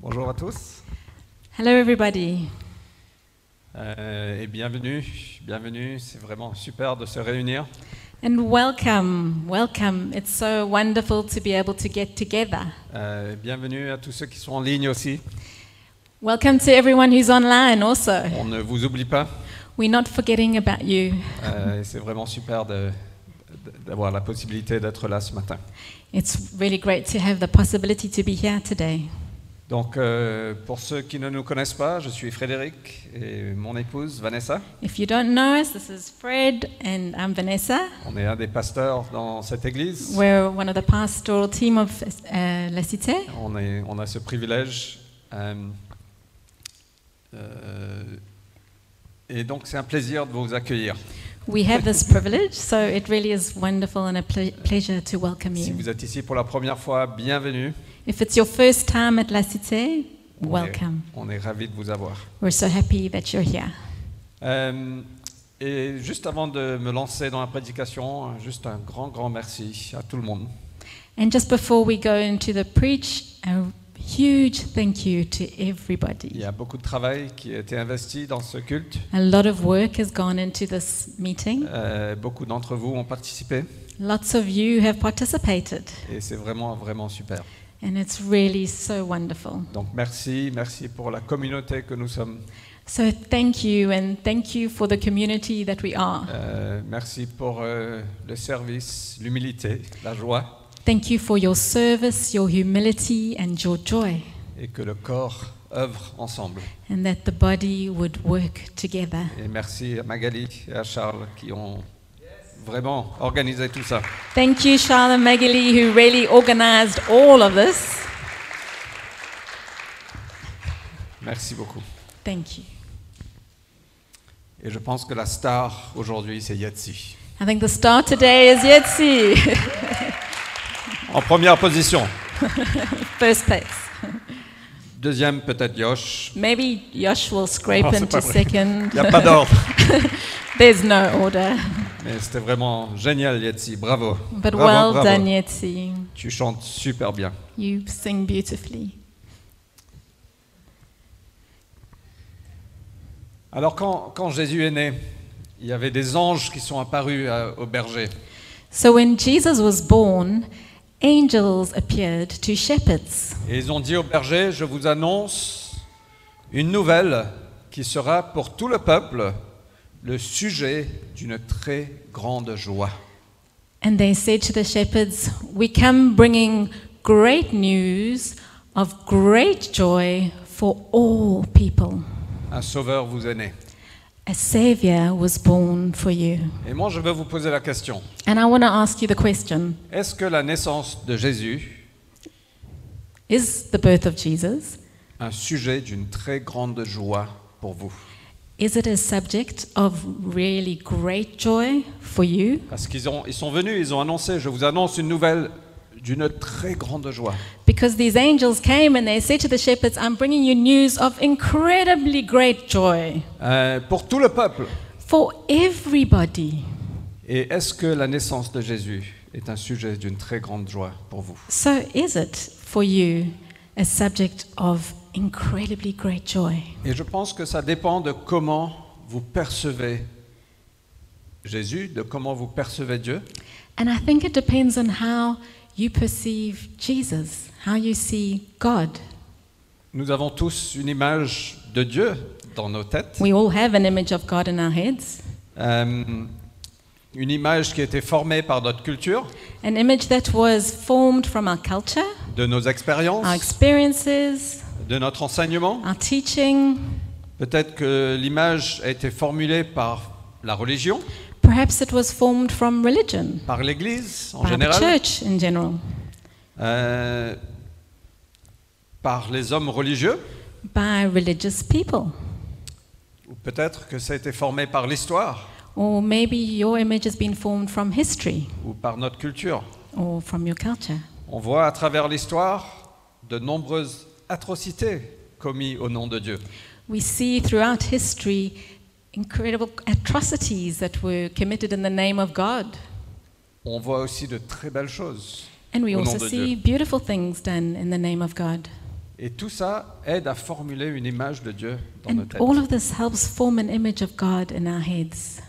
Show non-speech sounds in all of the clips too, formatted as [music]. Bonjour à tous Hello, everybody. euh, et bienvenue. Bienvenue, c'est vraiment super de se réunir. And welcome, welcome. It's so wonderful to be able to get together. Euh, bienvenue à tous ceux qui sont en ligne aussi. Welcome to everyone who's online also. On ne vous oublie pas. We're not forgetting about you. Euh, et c'est vraiment super de- de- d'avoir la possibilité d'être là ce matin. It's really great to have the possibility to be here today. Donc, euh, pour ceux qui ne nous connaissent pas, je suis Frédéric et mon épouse Vanessa. If you don't know us, this is Fred and I'm Vanessa. On est un des pasteurs dans cette église. We're one of the pastoral team of uh, La Cité. On, est- on a ce privilège. euh, euh, et donc, c'est un plaisir de vous accueillir. We have this privilege, so it really is wonderful and a ple- pleasure to welcome Si you. vous êtes ici pour la première fois, bienvenue. If it's your first time at La Cité, On est- welcome. On est ravis de vous avoir. We're so happy that you're here. Euh, et juste avant de me lancer dans la prédication, juste un grand, grand merci à tout le monde. And just before we go into the preach, a huge thank you to everybody. Il y a beaucoup de travail qui a été investi dans ce culte. A lot of work has gone into this meeting. Euh, beaucoup d'entre vous ont participé Lots of you have participated, et c'est vraiment, vraiment super. and it's really so wonderful. Donc merci, merci pour la communauté que nous sommes. So thank you, and thank you for the community that we are. Euh, merci pour euh, le service, l'humilité, la joie Thank you for your service, your humility, and your joy, et que le corps œuvre ensemble. and that the body would work together. Et merci à Magali et à Charles qui ont vraiment organisé tout ça. Thank you, Charlotte Magali, who really organized all of this. Merci beaucoup. Thank you. Et je pense que la star aujourd'hui, c'est Yatsi. I think the star today is [laughs] Yetzi, En première position. first place. Deuxième, peut-être Yosh. Maybe Yosh will scrape Oh, c'est into pas vrai. second. [laughs] Il n'y a pas d'ordre. [laughs] There's no order. Mais c'était vraiment génial, Yatsi. Bravo. But Bravo, well bravo. done, Yetzi. Tu chantes super bien. You sing beautifully. Alors, quand, quand Jésus est né, il y avait des anges qui sont apparus euh, à- aux bergers. So when Jesus was born, angels appeared to shepherds. Et ils ont dit aux bergers, je vous annonce une nouvelle qui sera pour tout le peuple le sujet d'une très grande joie. And they said to the shepherds, We come bringing great news of great joy for all people. Un sauveur vous est né. A savior was born for you. Et moi, je veux vous poser la question. And I want to ask you the question Est-ce que la naissance de Jésus, Is the birth of Jesus un sujet d'une très grande joie pour vous Is it a subject of really great joy for you? Parce qu'ils ont- ils sont venus, ils ont annoncé, je vous annonce une nouvelle d'une très grande joie. Because these angels came and they said to the shepherds, I'm bringing you news of incredibly great joy Euh, pour tout le peuple. for everybody. Et est-ce que la naissance de Jésus est un sujet d'une très grande joie pour vous So, is it for you a subject of incredibly great joy? Et je pense que ça dépend de comment vous percevez Jésus, de comment vous percevez Dieu. And I think it depends on how you perceive Jesus, how you see God. Nous avons tous une image de Dieu dans nos têtes, We all have an image of God in our heads, Euh, une image qui a été formée par notre culture, an image that was formed from our culture, de nos our expériences, experiences, de notre enseignement. our teaching. Peut-être que l'image a été formulée par la religion, Perhaps it was formed from religion, par l'Église en by the général, church in general, euh, par les hommes religieux, by religious people. ou peut-être que ça a été formé par l'histoire Or maybe your image has been formed from history ou par notre culture. or from your culture. On voit à travers l'histoire de nombreuses atrocités commises au nom de Dieu. We see throughout history incredible atrocities that were committed in the name of God. On voit aussi de très belles choses. And we Au nom also de see beautiful things done in the name of God. Et tout ça aide à formuler une image de Dieu dans nos And têtes. all of this helps form an image of God in our heads.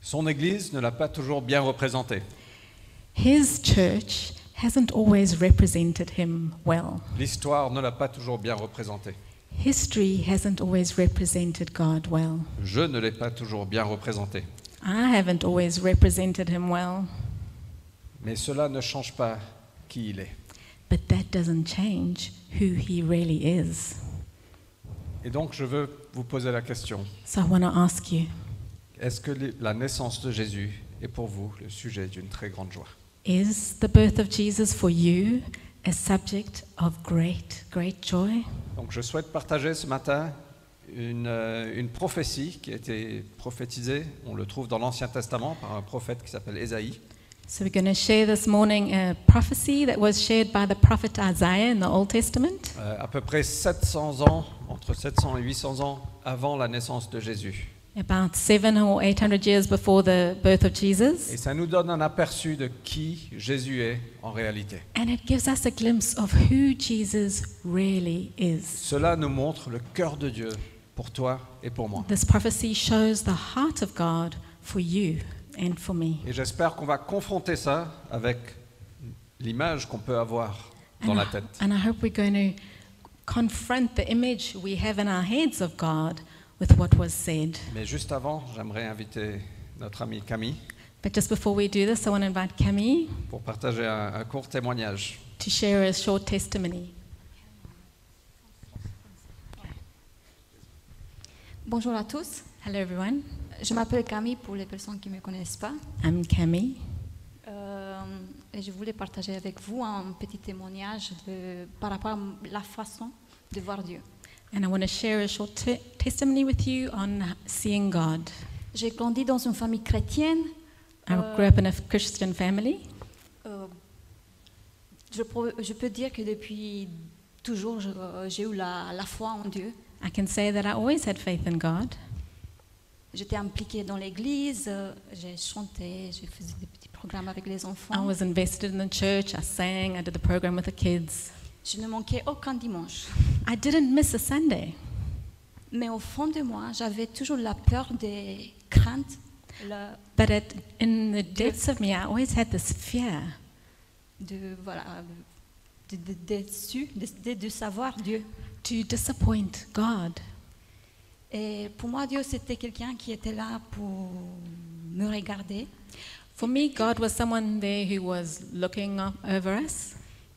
Son Église ne l'a pas toujours bien représenté. His church hasn't always represented him well. L'histoire ne l'a pas toujours bien représenté. History hasn't always represented God well. Je ne l'ai pas toujours bien représenté. I haven't always represented him well, Mais cela ne change pas qui il est. but that doesn't change who he really is. Et donc je veux vous poser la question. So I want to ask you Est-ce que les- la naissance de Jésus est pour vous le sujet d'une très grande joie Is the birth of Jesus for you a subject of great, great joy? Donc je souhaite partager ce matin une, euh, une prophétie qui a été prophétisée. On le trouve dans l'Ancien Testament par un prophète qui s'appelle Ésaïe. So, we're going to share this morning a prophecy that was shared by the prophet Isaiah in the Old Testament, Euh, à peu près 700 ans, entre 700 et 800 ans avant la naissance de Jésus. about seven or eight hundred years before the birth of Jesus. Et ça nous donne un aperçu de qui Jésus est en réalité. And it gives us a glimpse of who Jesus really is. Cela nous montre le cœur de Dieu pour toi et pour moi. This prophecy shows the heart of God for you and for me. Et j'espère qu'on va confronter ça avec l'image qu'on peut avoir dans and, la I- tête. and I hope we're going to confront the image we have in our heads of God with what was said. Mais juste avant, j'aimerais inviter notre amie Camille But just before we do this, I want to invite Camille pour partager un, un court témoignage. to share a short testimony. Bonjour à tous. Hello, everyone. Je m'appelle Camille pour les personnes qui ne me connaissent pas. I'm Camille. Euh, et je voulais partager avec vous un petit témoignage de- par rapport à la façon de voir Dieu. And I want to share a short te- testimony with you on seeing God. J'ai grandi dans une famille chrétienne. I Euh, grew up in a Christian family. euh, je, peux, je peux dire que depuis toujours, je- j'ai eu la, la foi en Dieu. I can say that I always had faith in God. J'étais impliquée dans l'église, euh, j'ai chanté, j'ai fait des petits programmes avec les I enfants. was invested in the church. I sang. I did the program with the kids. Je ne manquais aucun dimanche. I didn't miss a Sunday. Mais au fond de moi, j'avais toujours la peur des craintes, la- But at, in the depths of me, I always had this fear de voilà, de, de- déçu, de- de- de savoir Dieu. to disappoint God. Et pour moi, Dieu, c'était quelqu'un qui était là pour me regarder For me, God was someone there who was looking up over us.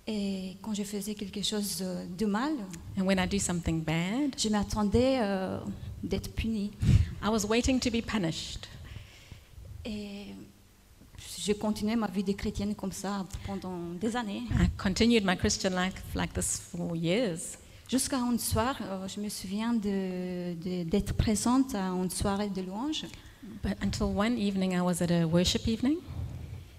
et quand je faisais quelque chose euh, de mal, And when I do something bad, je m'attendais euh, d'être punie. I was waiting to be punished. Et je continuais ma vie de chrétienne comme ça pendant des années. I continued my Christian life like this for years. Jusqu'à un soir, euh, je me souviens de- de- d'être présente à une soirée de louange. But until one evening, I was at a worship evening.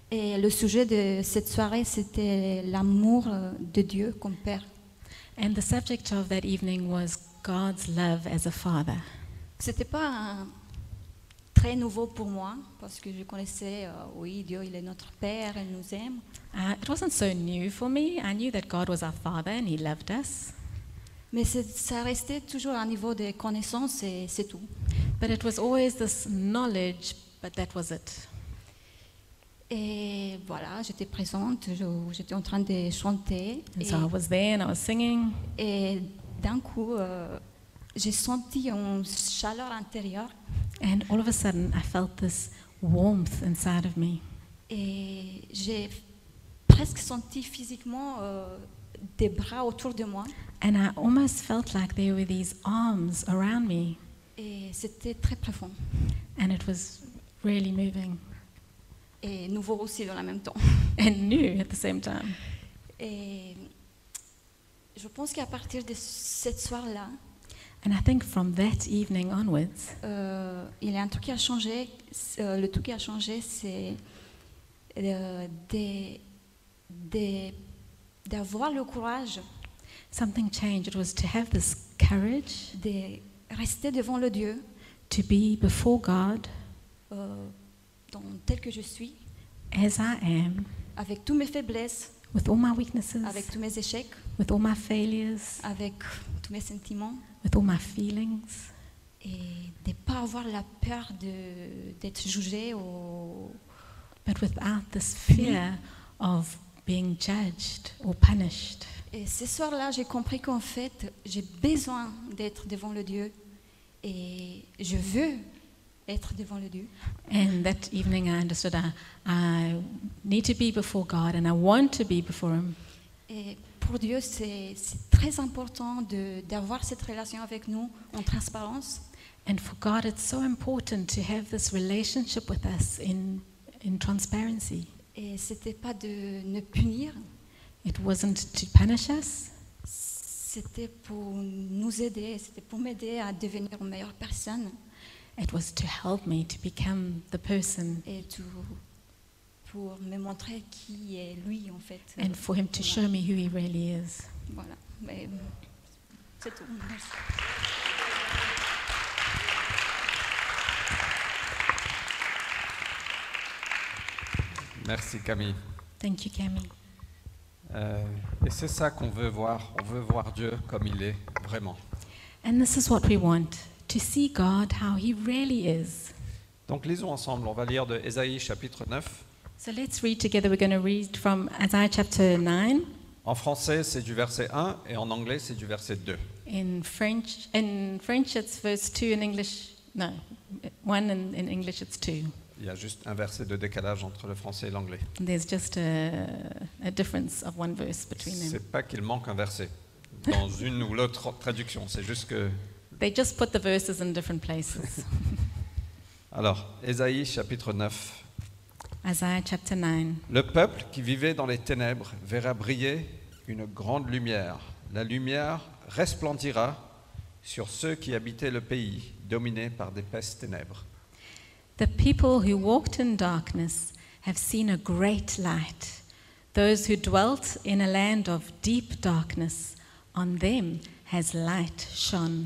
Et le sujet de cette soirée, c'était l'amour euh, de Dieu comme Père. And the subject of that evening was God's love as a father. C'était pas un- très nouveau pour moi, parce que je connaissais, euh, oui, Dieu, il est notre Père, il nous aime. Uh, it wasn't so new for me. I knew that God was our father and he loved us. Mais c'est- ça restait toujours à un niveau de connaissance et c'est tout. But it was always this knowledge, but that was it. Et voilà, j'étais présente, je- j'étais en train de chanter. And Et, so I was there and I was singing. et d'un coup, euh, j'ai senti une chaleur intérieure And all of a sudden, I felt this warmth inside of me. et j'ai presque senti physiquement euh, des bras autour de moi. And I almost felt like there were these arms around me. Et c'était très profond. And it was really moving [laughs] Et nouveau aussi dans le même temps. and new at the same time. Et je pense qu'à partir de cette soirée-là, And I think from that evening onwards, euh, il y a un truc qui a changé. C'est- euh, le truc qui a changé, c'est euh, de- de- d'avoir le courage something changed. It was to have this courage de rester devant le Dieu to be before God euh, dans, tel que je suis, as I am, avec toutes mes faiblesses, with all my weaknesses, avec tous mes échecs, with all my failures, avec tous mes sentiments with all my feelings, et de ne pas avoir la peur de- d'être jugé ou but without this fear of being judged or punished. Et ce soir-là, j'ai compris qu'en fait, j'ai besoin d'être devant le Dieu et je veux être devant le Dieu. And that evening I understood I, I need to be before God and I want to be before Him. Et pour Dieu, c'est c'est très important de- d'avoir cette relation avec nous en transparence. And for God, it's so important to have this relationship with us in, in transparency. Et c'était pas de ne punir, It wasn't to punish us, c'était pour nous aider, c'était pour m'aider à devenir une meilleure personne it was to help me to become the person et tout pour me montrer qui est lui en fait. and for Him to show me who He really is. Voilà, Mais, c'est tout. Merci. Merci Camille. Thank you, Cami. Euh, et c'est ça qu'on veut voir. On veut voir Dieu comme il est vraiment. And this is what we want to see God how He really is. Donc lisons ensemble. On va lire de Ésaïe chapitre 9. So let's read together. We're going to read from Isaiah chapter 9. En français, c'est du verset 1 et en anglais, c'est du verset 2. In French, in French, it's verse two. In English, no, one. In, in English, it's two. Il y a juste un verset de décalage entre le français et l'anglais. There's just a, a difference of one verse between them. C'est pas qu'il manque un verset dans une ou l'autre traduction. C'est juste que. They just put the verses in different places. [laughs] Alors, Ésaïe chapitre 9. Isaiah chapter nine. Le peuple qui vivait dans les ténèbres verra briller une grande lumière. La lumière resplendira sur ceux qui habitaient le pays, dominé par d'épaisses ténèbres. The people who walked in darkness have seen a great light. Those who dwelt in a land of deep darkness, on them has light shone.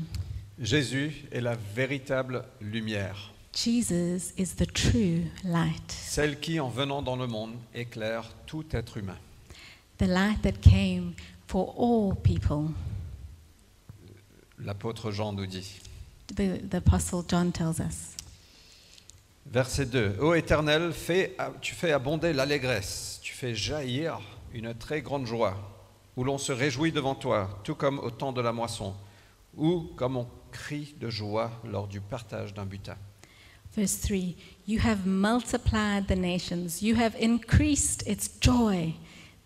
Jésus est la véritable lumière, Jesus is the true light. celle qui, en venant dans le monde, éclaire tout être humain. the light that came for all people, L'apôtre Jean nous dit. the, the Apostle John tells us. Verset 2. Ô Éternel, fais- tu fais abonder l'allégresse, tu fais jaillir une très grande joie, où l'on se réjouit devant toi, tout comme au temps de la moisson, ou comme on crie de joie lors du partage d'un butin. Verse 3 You have multiplied the nations, you have increased its joy.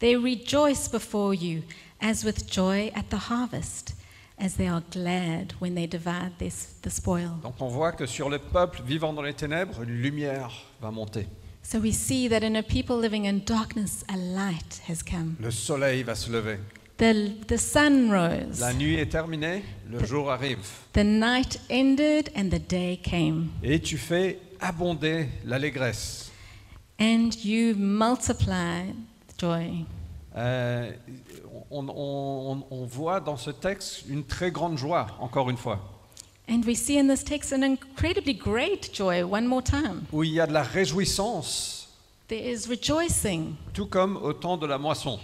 They rejoice before you, as with joy at the harvest, as they are glad when they divide this, the spoil. Donc on voit que sur le peuple vivant dans les ténèbres, une lumière va monter. So we see that in a people living in darkness, a light has come. Le soleil va se lever. The, the sun rose, La nuit est terminée, le jour arrive. the night ended, and the day came. Et tu fais abonder l'allégresse. And you multiply joy. Euh, on, on- on- on voit dans ce texte une très grande joie, encore une fois, And we see in this text an incredibly great joy one more time. où il y a de la réjouissance, There is rejoicing, tout comme au temps de la moisson.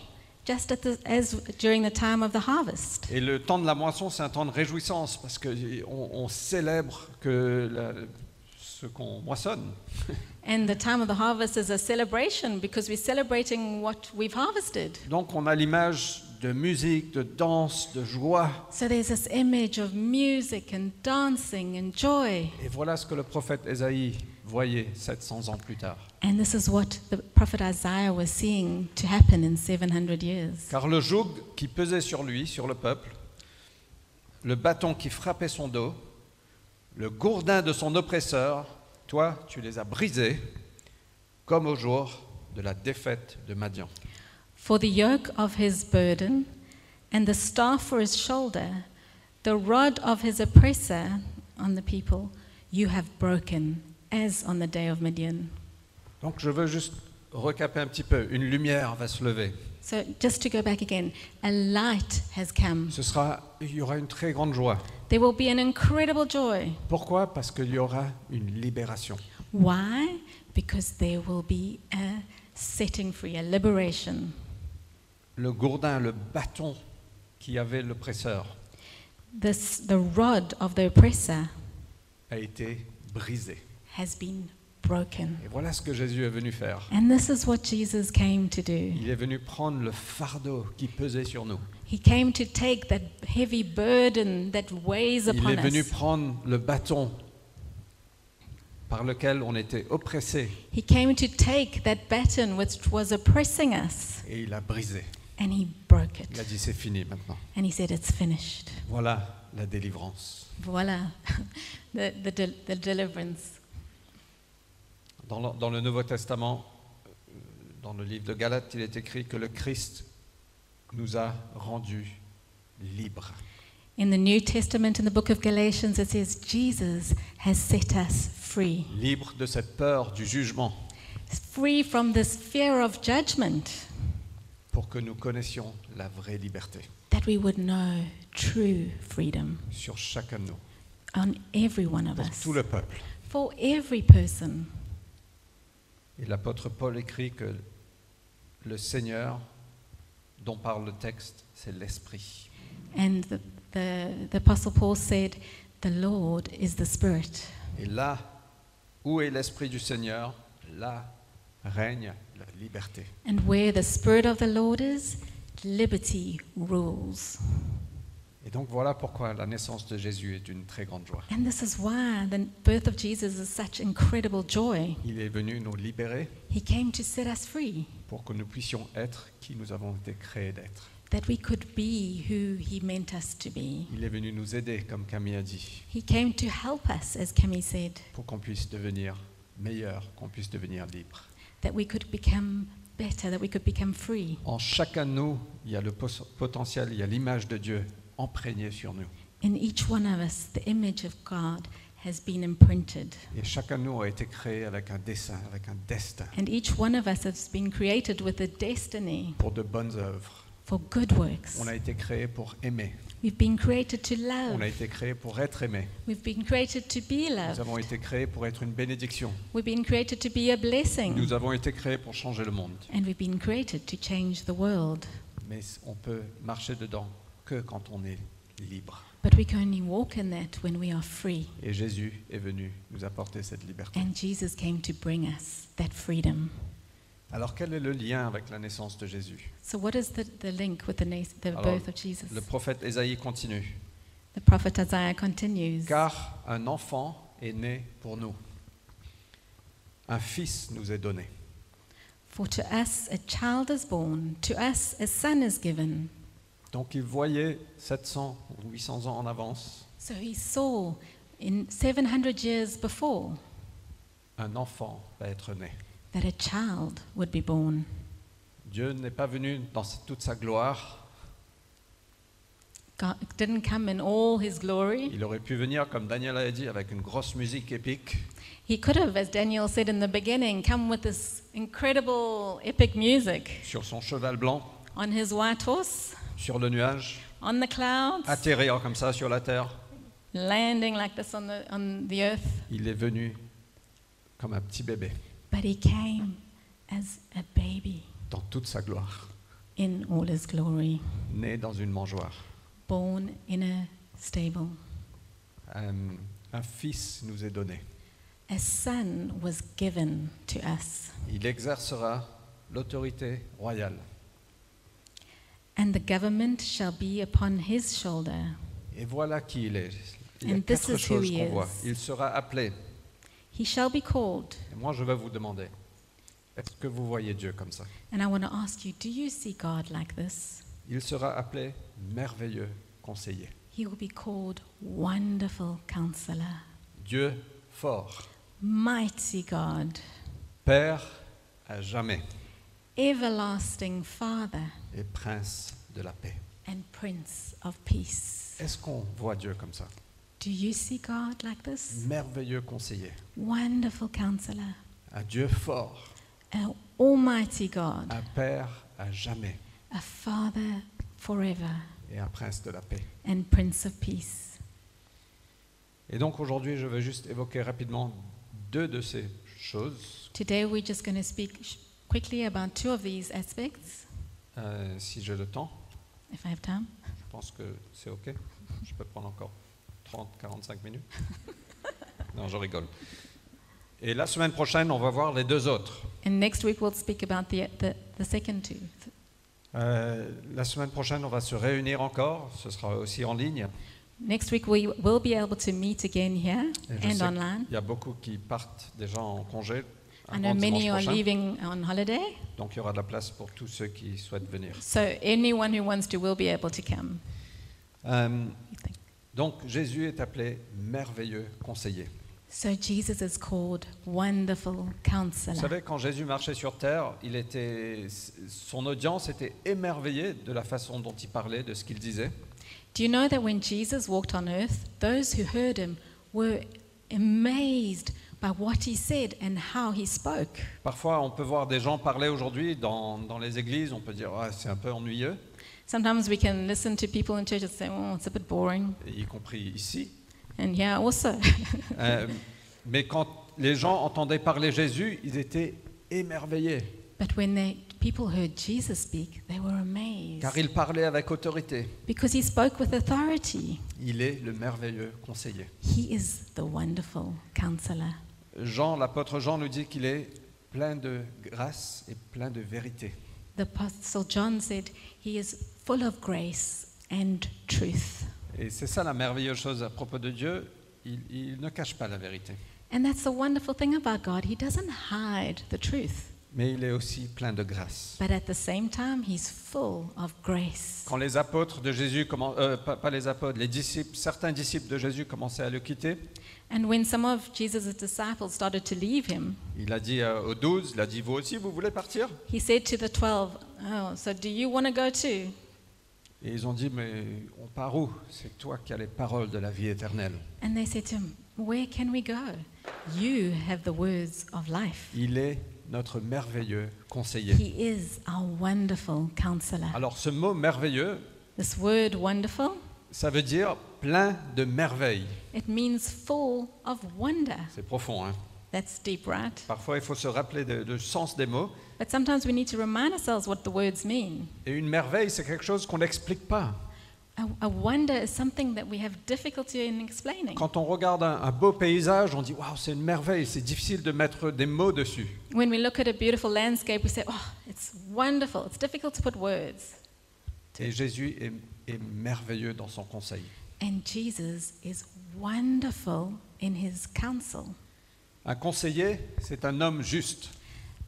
just at the, as during the time of the harvest. Et le temps de la moisson, c'est un temps de réjouissance, parce qu'on on célèbre que la- ce qu'on moissonne. And the time of the harvest is a celebration because we're celebrating what we've harvested. Donc on a l'image de musique, de danse, de joie. So there's this image of music and dancing and joy. Et voilà ce que le prophète Ésaïe voyait 700 ans plus tard. And this is what the prophet Isaiah was seeing to happen in 700 years. Car le joug qui pesait sur lui, sur le peuple, le bâton qui frappait son dos, le gourdin de son oppresseur, toi, tu les as brisés, comme au jour de la défaite de Madian. For the yoke of his burden, and the staff for his shoulder, the rod of his oppressor on the people, you have broken, as on the day of Midian. Donc je veux juste recaper un petit peu. Une lumière va se lever. So, just to go back again, a light has come. Ce sera, il y aura une très grande joie. There will be an incredible joy. Pourquoi Parce qu'il y aura une libération. Why? Because there will be a setting free, a liberation. Le gourdin, le bâton qui avait l'oppresseur This, the rod of the oppressor a été brisé. has been broken. Et voilà ce que Jésus est venu faire. And this is what Jesus came to do. Il est venu prendre le fardeau qui pesait sur nous. He came to take that heavy burden that weighs Il est upon venu us. prendre le bâton par lequel on était oppressé He came to take that baton which was oppressing us et il a brisé. and he broke Il a it. dit c'est fini maintenant. And he said, It's finished. Voilà la délivrance. Voila, [laughs] the, the, del- the deliverance. Dans le, dans le Nouveau Testament, euh, dans le livre de Galates, il est écrit que le Christ nous a rendus libres. In the New Testament, in the book of Galatians, it says, Jesus has set us free. Libres de cette peur du jugement Free from this fear of judgment, pour que nous connaissions la vraie liberté that we would know true freedom sur chacun de nous, on every one of pour us, tout le peuple. for every person. Et l'apôtre Paul écrit que le Seigneur dont parle le texte, c'est l'Esprit. And the, the, the Apostle Paul said, The Lord is the Spirit. Et là où est l'Esprit du Seigneur, là règne la liberté. And where the Spirit of the Lord is, liberty rules. Et donc voilà pourquoi la naissance de Jésus est une très grande joie. And this is why the birth of Jesus is such incredible joy. Il est venu nous libérer He came to set us free, pour que nous puissions être qui nous avons été créés d'être. that we could be who He meant us to be. Il est venu nous aider, comme Camille a dit, He came to help us, as Kemi said, pour qu'on puisse devenir meilleur, qu'on puisse devenir libre. that we could become better, that we could become free. En chacun de nous, il y a le pos- potentiel, il y a l'image de Dieu imprégnée sur nous. In each one of us, the image of God has been imprinted. Et chacun de nous a été créé avec un dessein, avec un destin, And each one of us has been created with a destiny pour de bonnes œuvres. for good works. On a été créé pour aimer. We've been created to On love. a été créé pour être aimé. We've been created to be Nous loved. avons été créés pour être une bénédiction. We've been created to be a blessing. Nous avons été créés pour changer le monde. And we've been created to change the world. Mais on peut marcher dedans que quand on est libre. But we can only walk in that when we are free. Et Jésus est venu nous apporter cette liberté. And Jesus came to bring us that freedom. Alors quel est le lien avec la naissance de Jésus So, what is the, the link with the, na- the Alors, birth of Jesus? Le prophète Ésaïe continue. The prophet Isaiah continues Car un enfant est né pour nous. Un fils nous est donné. For to us a child is born, to us a son is given. Donc il voyait 700 ou 800 ans en avance So, he saw in 700 years before un enfant va être né. that a child would be born. Dieu n'est pas venu dans toute sa gloire. God didn't come in all his glory. Il aurait pu venir, comme Daniel a dit, avec une grosse musique épique. He could have, as Daniel said in the beginning, come with this incredible epic music sur son cheval blanc, on his white horse, sur le nuage, on the clouds, atterrir comme ça sur la terre. landing like this on the, on the earth. Il est venu comme un petit bébé, But he came as a baby dans toute sa gloire, in all his glory, né dans une mangeoire. born in a stable. Un, Euh, un fils nous est donné. A son was given to us, Il exercera l'autorité royale and the government shall be upon his shoulder. Et voilà qui il est. Il y a And this quatre is who choses he qu'on is. voit. Il sera appelé. He shall be called. Et moi, je vais vous demander, est-ce que vous voyez Dieu comme ça And I want to ask you do you see God like this? Il sera appelé merveilleux conseiller. He will be called Wonderful Counselor, Dieu fort, Mighty God, Père à jamais Everlasting Father, et Prince de la paix. and Prince of Peace. Est-ce qu'on voit Dieu comme ça Do you see God like this? Merveilleux conseiller, Wonderful Counselor, un Dieu fort, an Almighty God, un Père à jamais a Father forever, et un Prince de la paix. and Prince of Peace. Et donc aujourd'hui, je vais juste évoquer rapidement deux de ces choses Today we're just going to speak sh- quickly about two of these aspects, Euh, si j'ai le temps. if I have time. Je pense que c'est OK. Je peux prendre encore 30, 45 minutes. Non, je rigole. Et la semaine prochaine, on va voir les deux autres. And next week we'll speak about the, the, the second two. Euh, la semaine prochaine, on va se réunir encore. Ce sera aussi en ligne. Next week we will be able to meet again here Et je and sais online. Il y a beaucoup qui partent déjà en congé. I avant know dimanche many are prochain. leaving on holiday, Donc il y aura de la place pour tous ceux qui souhaitent venir. so anyone who wants to will be able to come. Euh, donc Jésus est appelé merveilleux conseiller. So Jesus is called Wonderful Counselor. Vous savez, quand Jésus marchait sur terre, il était, son audience était émerveillée de la façon dont il parlait, de ce qu'il disait. Do you know that when Jesus walked on earth, those who heard him were amazed by what he said and how he spoke? Parfois, on peut voir des gens parler aujourd'hui dans, dans les églises, on peut dire Ah, c'est un peu ennuyeux, Sometimes we can listen to people in church and say, oh, it's a bit boring. et y compris ici. And yeah, also. [laughs] Euh, mais quand les gens entendaient parler Jésus, ils étaient émerveillés, but when they, people heard Jesus speak, they were amazed car il parlait avec autorité. because he spoke with authority. Il est le merveilleux conseiller. He is the wonderful counselor. Jean, l'apôtre Jean nous dit qu'il est plein de grâce et plein de vérité. The Apostle John said, He is full of grace and truth. Et c'est ça la merveilleuse chose à propos de Dieu, il, il ne cache pas la vérité, And that's the wonderful thing about God. He doesn't hide the truth, mais il est aussi plein de grâce. but at the same time, He's full of grace. Quand les apôtres de Jésus, commen- euh, pas, pas les apôtres, les disciples, certains disciples de Jésus commençaient à le quitter, And when some of Jesus' disciples started to leave Him, il a dit euh, aux douze, il a dit vous aussi, vous voulez partir He said to the twelve, Oh, so do you want to go too? Et ils ont dit mais on part où C'est toi qui as les paroles de la vie éternelle. And they said to Him, Where can we go? You have the words of life. Il est notre merveilleux conseiller. He is our wonderful counselor. Alors ce mot merveilleux, This word wonderful, ça veut dire plein de merveilles. it means full of wonder. C'est profond. Hein That's deep, right? Parfois il faut se rappeler de- du sens des mots. But sometimes we need to remind ourselves what the words mean. Et une merveille, c'est quelque chose qu'on n'explique pas. A, a wonder is something that we have difficulty in explaining. Quand on regarde un, un beau paysage, on dit waouh, c'est une merveille. C'est difficile de mettre des mots dessus. When we look at a beautiful landscape, we say, oh, it's wonderful. It's difficult to put words. Et Jésus est, est merveilleux dans son conseil. And Jesus is wonderful in his counsel. Un conseiller, c'est un homme juste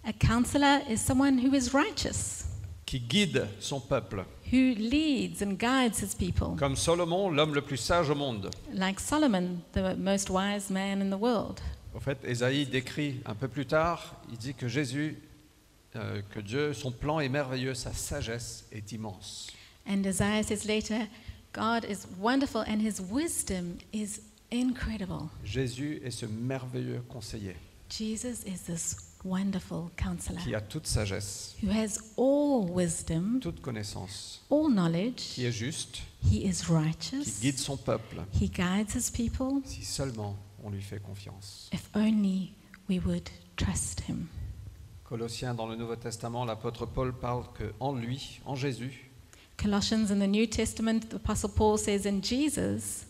A counselor is someone who is righteous, qui guide son peuple. who leads and guides his people, Comme Salomon, l'homme le plus sage au monde. like Solomon, the most wise man in the world. Au fait, Ésaïe décrit un peu plus tard, il dit que Jésus, euh, que Dieu, son plan est merveilleux, sa sagesse est immense. And Isaiah says later, God is wonderful and his wisdom is incredible. Jésus est ce merveilleux conseiller Jesus is this wonderful counselor qui a toute sagesse, who has all wisdom, toute connaissance, all qui knowledge. est juste, He is qui righteous. guide son peuple, He guides his people. si seulement on lui fait confiance. If only we would trust him. Colossiens, dans le Nouveau Testament, l'apôtre Paul parle que en lui, en Jésus, Colossians in the New Testament, the Apostle Paul says, In Jesus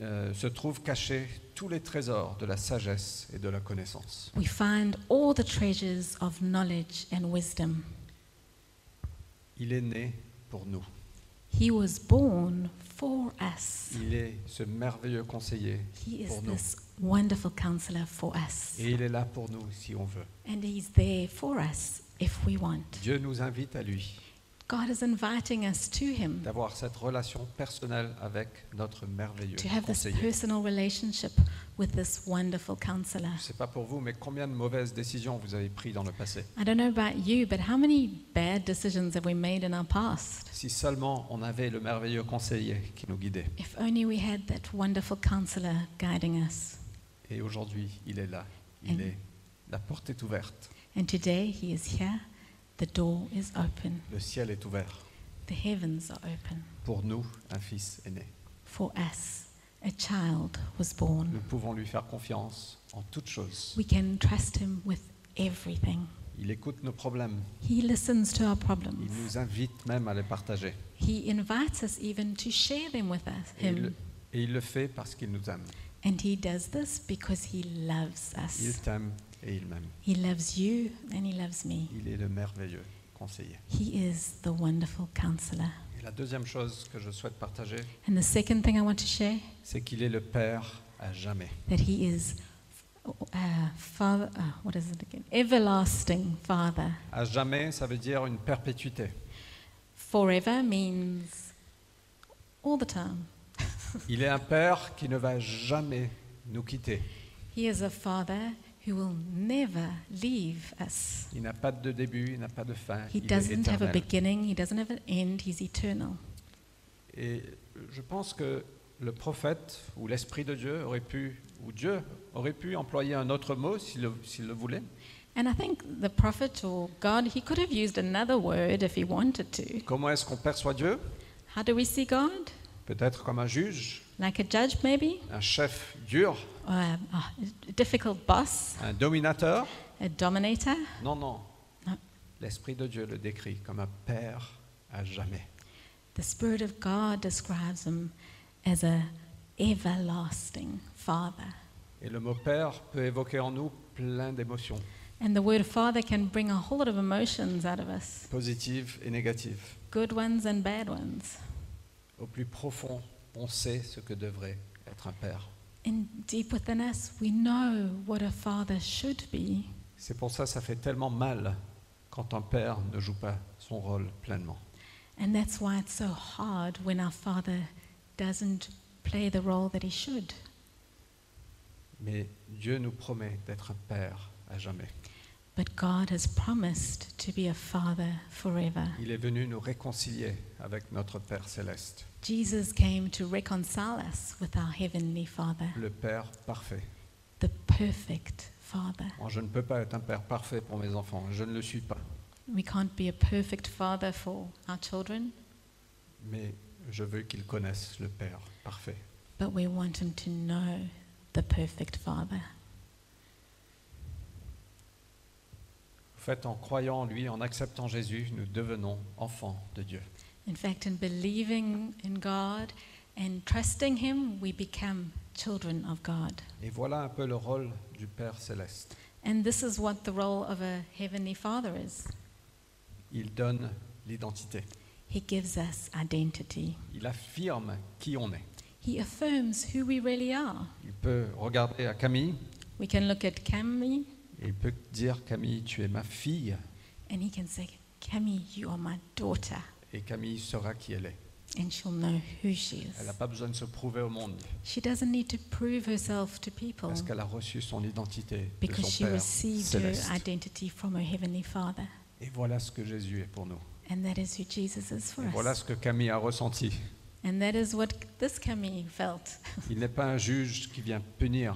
euh, se trouvent cachés tous les trésors de la sagesse et de la connaissance. we find all the treasures of knowledge and wisdom. Il est né pour nous. He was born for us. Il est ce merveilleux conseiller He is pour nous. this wonderful counselor for us. Et il est là pour nous si on veut. And he's there for us if we want. Dieu nous invite à lui, God is inviting us to him d'avoir cette relation personnelle avec notre merveilleux to have this conseiller. personal relationship with this wonderful counselor. Je sais pas pour vous, mais combien de mauvaises décisions vous avez prises dans le passé I don't know about you, but how many bad decisions have we made in our past? Si seulement on avait le merveilleux conseiller qui nous guidait. If only we had that wonderful counselor guiding us. Et aujourd'hui, il est là. Il Amen. est. La porte est ouverte. And today he is here. The door is open. Le ciel est ouvert. The heavens are open. Pour nous, un fils est né. For us, a child was born. Nous pouvons lui faire confiance en toutes choses. We can trust him with everything. Il écoute nos problèmes. He listens to our Il problems. nous invite même à les partager. He invites us even to share them with us, Et il, him. et il le fait parce qu'il nous aime. And he does this because he loves Il us. t'aime et il m'aime. He loves you and he loves me. Il est le merveilleux conseiller. He is the wonderful counselor. Et la deuxième chose que je souhaite partager, And the second thing I want to share c'est qu'il est le Père à jamais. that he is uh, father uh, what is it again? Everlasting Father. À jamais, ça veut dire une perpétuité. Forever means all the time. Il est un Père qui ne va jamais nous quitter. He is a father who will never leave us. Il n'a pas de début, il n'a pas de fin. He il est doesn't have a éternel. beginning, he doesn't have an end, he's eternal. Et je pense que le prophète ou l'Esprit de Dieu aurait pu, ou Dieu aurait pu employer un autre mot s'il le, s'il le voulait. And I think the prophet or God, he could have used another word if he wanted to. Comment est-ce qu'on perçoit Dieu How do we see God? Peut-être comme un juge, Like a judge, maybe? un chef dur, Or a, a difficult boss? un dominateur. A dominator? Non, non. Non. L'Esprit de Dieu le décrit comme un père à jamais. The Spirit of God describes him as a everlasting Father. Et le mot père peut évoquer en nous plein d'émotions, And the word Father can bring a whole lot of emotions out of us, positives et négatives. good ones and bad ones. Au plus profond, on sait ce que devrait être un père. In deep within us, we know what a father should be. C'est pour ça que ça fait tellement mal quand un père ne joue pas son rôle pleinement. And that's why it's so hard when our father doesn't play the role that he should. Mais Dieu nous promet d'être un père à jamais. But God has promised to be a father forever. Il est venu nous réconcilier avec notre Père céleste, Jesus came to reconcile us with our heavenly Father, le Père parfait. the perfect Father. Moi, je ne peux pas être un père parfait pour mes enfants, je ne le suis pas. We can't be a perfect father for our children, Mais je veux qu'ils connaissent le Père parfait. but we want them to know the perfect Father. En fait, en croyant en lui, en acceptant Jésus, nous devenons enfants de Dieu. In fact, in believing in God and trusting Him, we become children of God. Et voilà un peu le rôle du Père céleste. And this is what the role of a heavenly father is Il donne l'identité. He gives us identity, Il affirme qui on est. He affirms who we really are. Il peut regarder à Camille We can look at Cammy et il peut dire Camille, tu es ma fille. and He can say, Cammy, you are my daughter. Et Camille saura qui elle est. And she'll know who she Elle is. n'a pas besoin de se prouver au monde She doesn't need to prove herself to people. parce qu'elle a reçu son identité de because son she Père received her céleste. identity from her heavenly father Et voilà ce que Jésus est pour nous. and that is who jesus is for Et voilà us ce que Camille a ressenti. and that is what this camille felt [laughs] Il n'est pas un juge qui vient punir.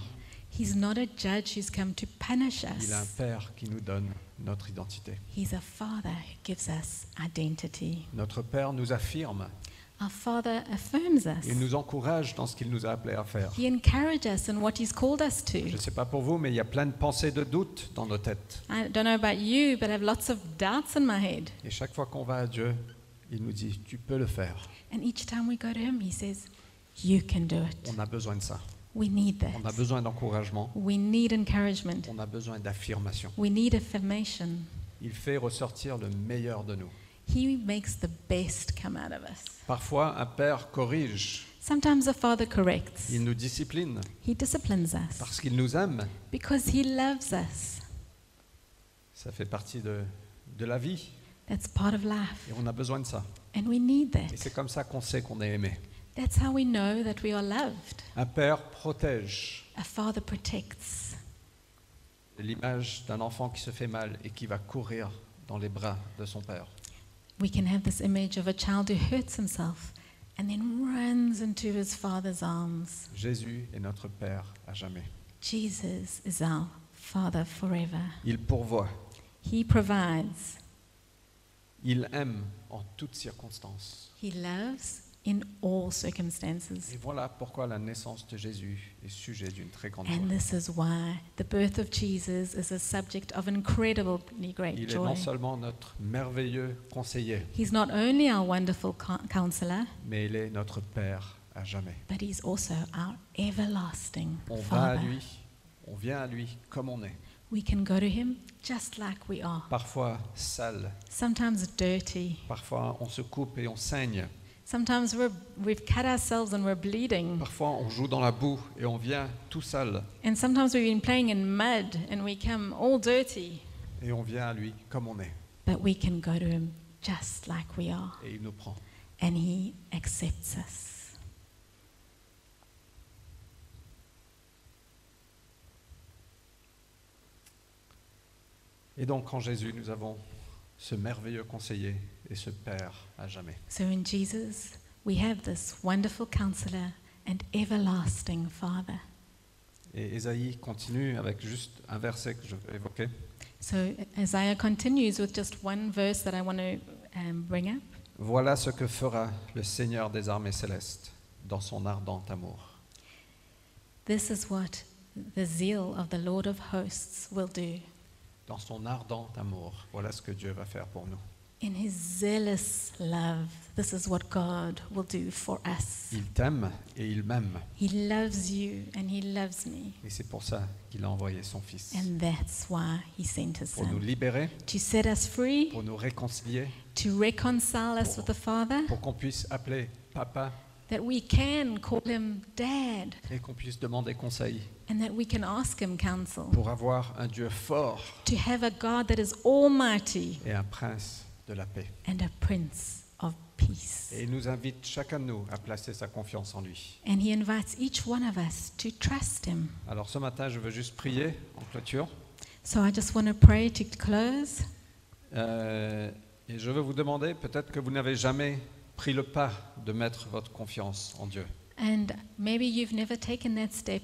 he's not a judge who's come to punish Il a un us Père qui nous donne notre identité. he's a father who gives us identity Notre Père nous affirme. our father affirms us Il nous encourage dans ce qu'il nous a appelé à faire. he encourages us in what he's called us Je to ne sais pas pour vous, mais il y a plein de pensées de doute dans nos têtes. i don't know about you but i have lots of doubts in my head Et chaque fois qu'on va à Dieu, il nous dit, tu peux le faire. and each time we go to him he says you can do it On a besoin de ça. we need On a that besoin d'encouragement. we need encouragement On a besoin d'affirmation. we need affirmation Il fait ressortir le meilleur de nous. He makes the best come out of us. Parfois, un père corrige, Sometimes a father corrects. il nous discipline He disciplines us parce qu'il nous aime. because he loves us. Ça fait partie de, de la vie That's part of life, et on a besoin de ça. and we need Et c'est that. comme ça qu'on sait qu'on est aimé. That's how we know that we are loved. Un père protège A father protects. l'image d'un enfant qui se fait mal et qui va courir dans les bras de son père. We can have this image of a child who hurts himself and then runs into his father's arms. Jésus est notre père à jamais. Jesus is our father forever. Il pourvoit, He provides, il aime en toutes circonstances. he loves in all circumstances. Et voilà pourquoi la naissance de Jésus est sujet d'une très grande joie. And this is why the birth of Jesus is a subject of incredibly great Il est non joy. seulement notre merveilleux conseiller, He's not only our wonderful co- counselor, mais il est notre Père à jamais. but he's also our everlasting On va à Father. lui, on vient à lui comme on est, We can go to him just like we are. parfois sale, Sometimes dirty. parfois on se coupe et on saigne, Sometimes we're, we've cut ourselves and we're bleeding. parfois on joue dans la boue et on vient tout sale, And sometimes we've been playing in mud and we come all dirty. et on vient à lui comme on est, But we can go to him just like we are. et il nous prend. And he accepts us. Et donc en Jésus, nous avons ce merveilleux conseiller et ce Père à jamais. So in Jesus, we have this wonderful counselor and everlasting Father. Et Ésaïe continue avec juste un verset que je vais évoquer. So Isaiah continues with just one verse that I want to um, bring up. Voilà ce que fera le Seigneur des armées célestes dans son ardent amour. This is what the zeal of the Lord of hosts will do. Dans son ardent amour, voilà ce que Dieu va faire pour nous. In his zealous love, this is what God will do for us. Il t'aime et il m'aime. He loves you and he loves me. Et c'est pour ça qu'il a envoyé son Fils. And that's why he sent his Pour nous son. libérer, To set us free, pour nous réconcilier, to reconcile us with the Father, pour qu'on puisse appeler papa that we can call him Dad, et qu'on puisse demander conseil. and that we can ask him counsel. Pour avoir un Dieu fort To have a God that is almighty et un prince de la paix. and a Prince of Peace. Et il nous invite chacun de nous à placer sa confiance en lui. And he invites each one of us to trust him. Alors ce matin, je veux juste prier en clôture. So I just want to pray to close. Euh, et je veux vous demander, peut-être que vous n'avez jamais pris le pas de mettre votre confiance en Dieu. And maybe you've never taken that step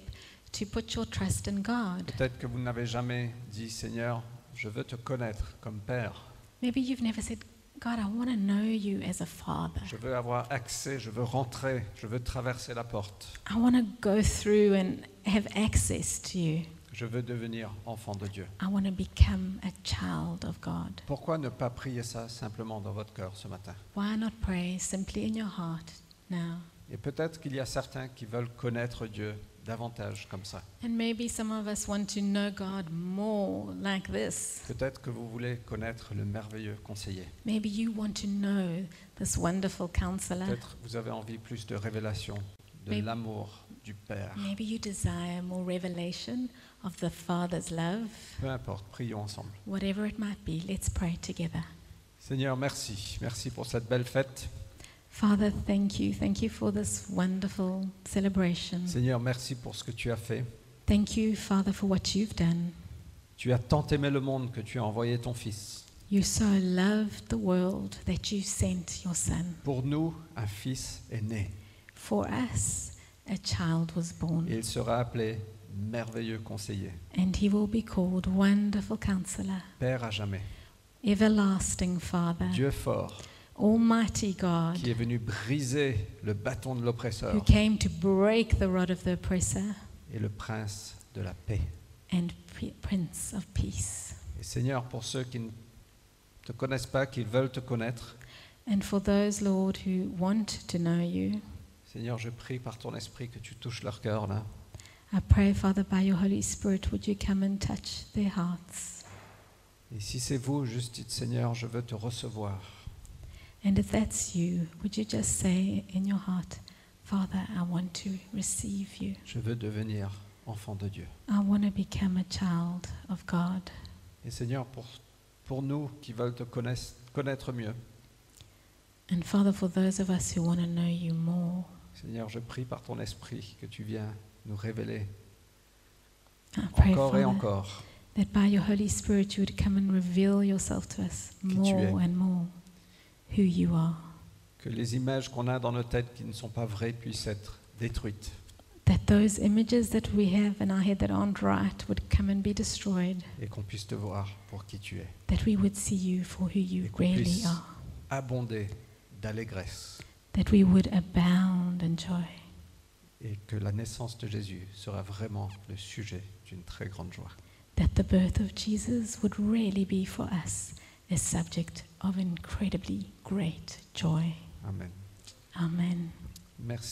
to put your trust in God. Peut-être que vous n'avez jamais dit, Seigneur, je veux te connaître comme Père. Maybe you've never said, God, I want to know you as a father. Je veux avoir accès, je veux rentrer, je veux traverser la porte. I want to go through and have access to you. Je veux devenir enfant de Dieu. I want to become a child of God. Pourquoi ne pas prier ça simplement dans votre cœur ce matin Why not pray simply in your heart now? Et peut-être qu'il y a certains qui veulent connaître Dieu davantage comme ça. And maybe some of us want to know God more like this. Peut-être que vous voulez connaître le merveilleux conseiller. Maybe you want to know this wonderful counselor. Peut-être vous avez envie plus de révélation, de Ah. Mais- l'amour du Père. Maybe you desire more revelation of the Father's love. Peu importe, prions ensemble. Whatever it might be, let's pray together. Seigneur, merci. Merci pour cette belle fête. Father, thank you. Thank you for this wonderful celebration. Seigneur, merci pour ce que tu as fait. Thank you, Father, for what you've done. Tu as tant aimé le monde que tu as envoyé ton Fils. You so loved the world that you sent your Son. Pour nous, un Fils est né For us, a child was et born, il sera appelé merveilleux conseiller, and he will be called Wonderful Counselor, Père à jamais, Everlasting Father, Dieu fort, Almighty qui God, est venu briser le bâton de who l'oppresseur came to break the rod of the oppressor. et le prince de la paix. and P- Prince of Peace. Et Seigneur, pour ceux qui ne te connaissent pas, qui veulent te connaître, And for those, Lord, who want to know you, Seigneur, je prie par ton esprit que tu touches leur cœur là. I pray, Father, by your Holy Spirit, would you come and touch their hearts? Et si c'est vous, juste dites Seigneur, je veux te recevoir. And if that's you, would you just say in your heart, Father, I want to receive you. Je veux devenir enfant de Dieu. I want to become a child of God. Et Seigneur, pour, pour nous qui veulent te connaître, connaître mieux, And Father, for those of us who want to know you more, Seigneur, je prie par ton esprit que tu viens nous révéler I pray, encore et Father, encore that by your Holy Spirit you would come and reveal yourself to us Qui tu es. more and more who you are. que les images qu'on a dans nos têtes qui ne sont pas vraies puissent être détruites. that those images that we have in our head that aren't right would come and be destroyed, et qu'on puisse te voir pour qui tu es. that we would see you for who you Et qu'on really puisse- are, Abondé d'allégresse that we would abound in joy. et que la naissance de Jésus sera vraiment le sujet d'une très grande joie. that the birth of Jesus would really be for us a subject of incredibly great joy. Amen. Amen. Merci.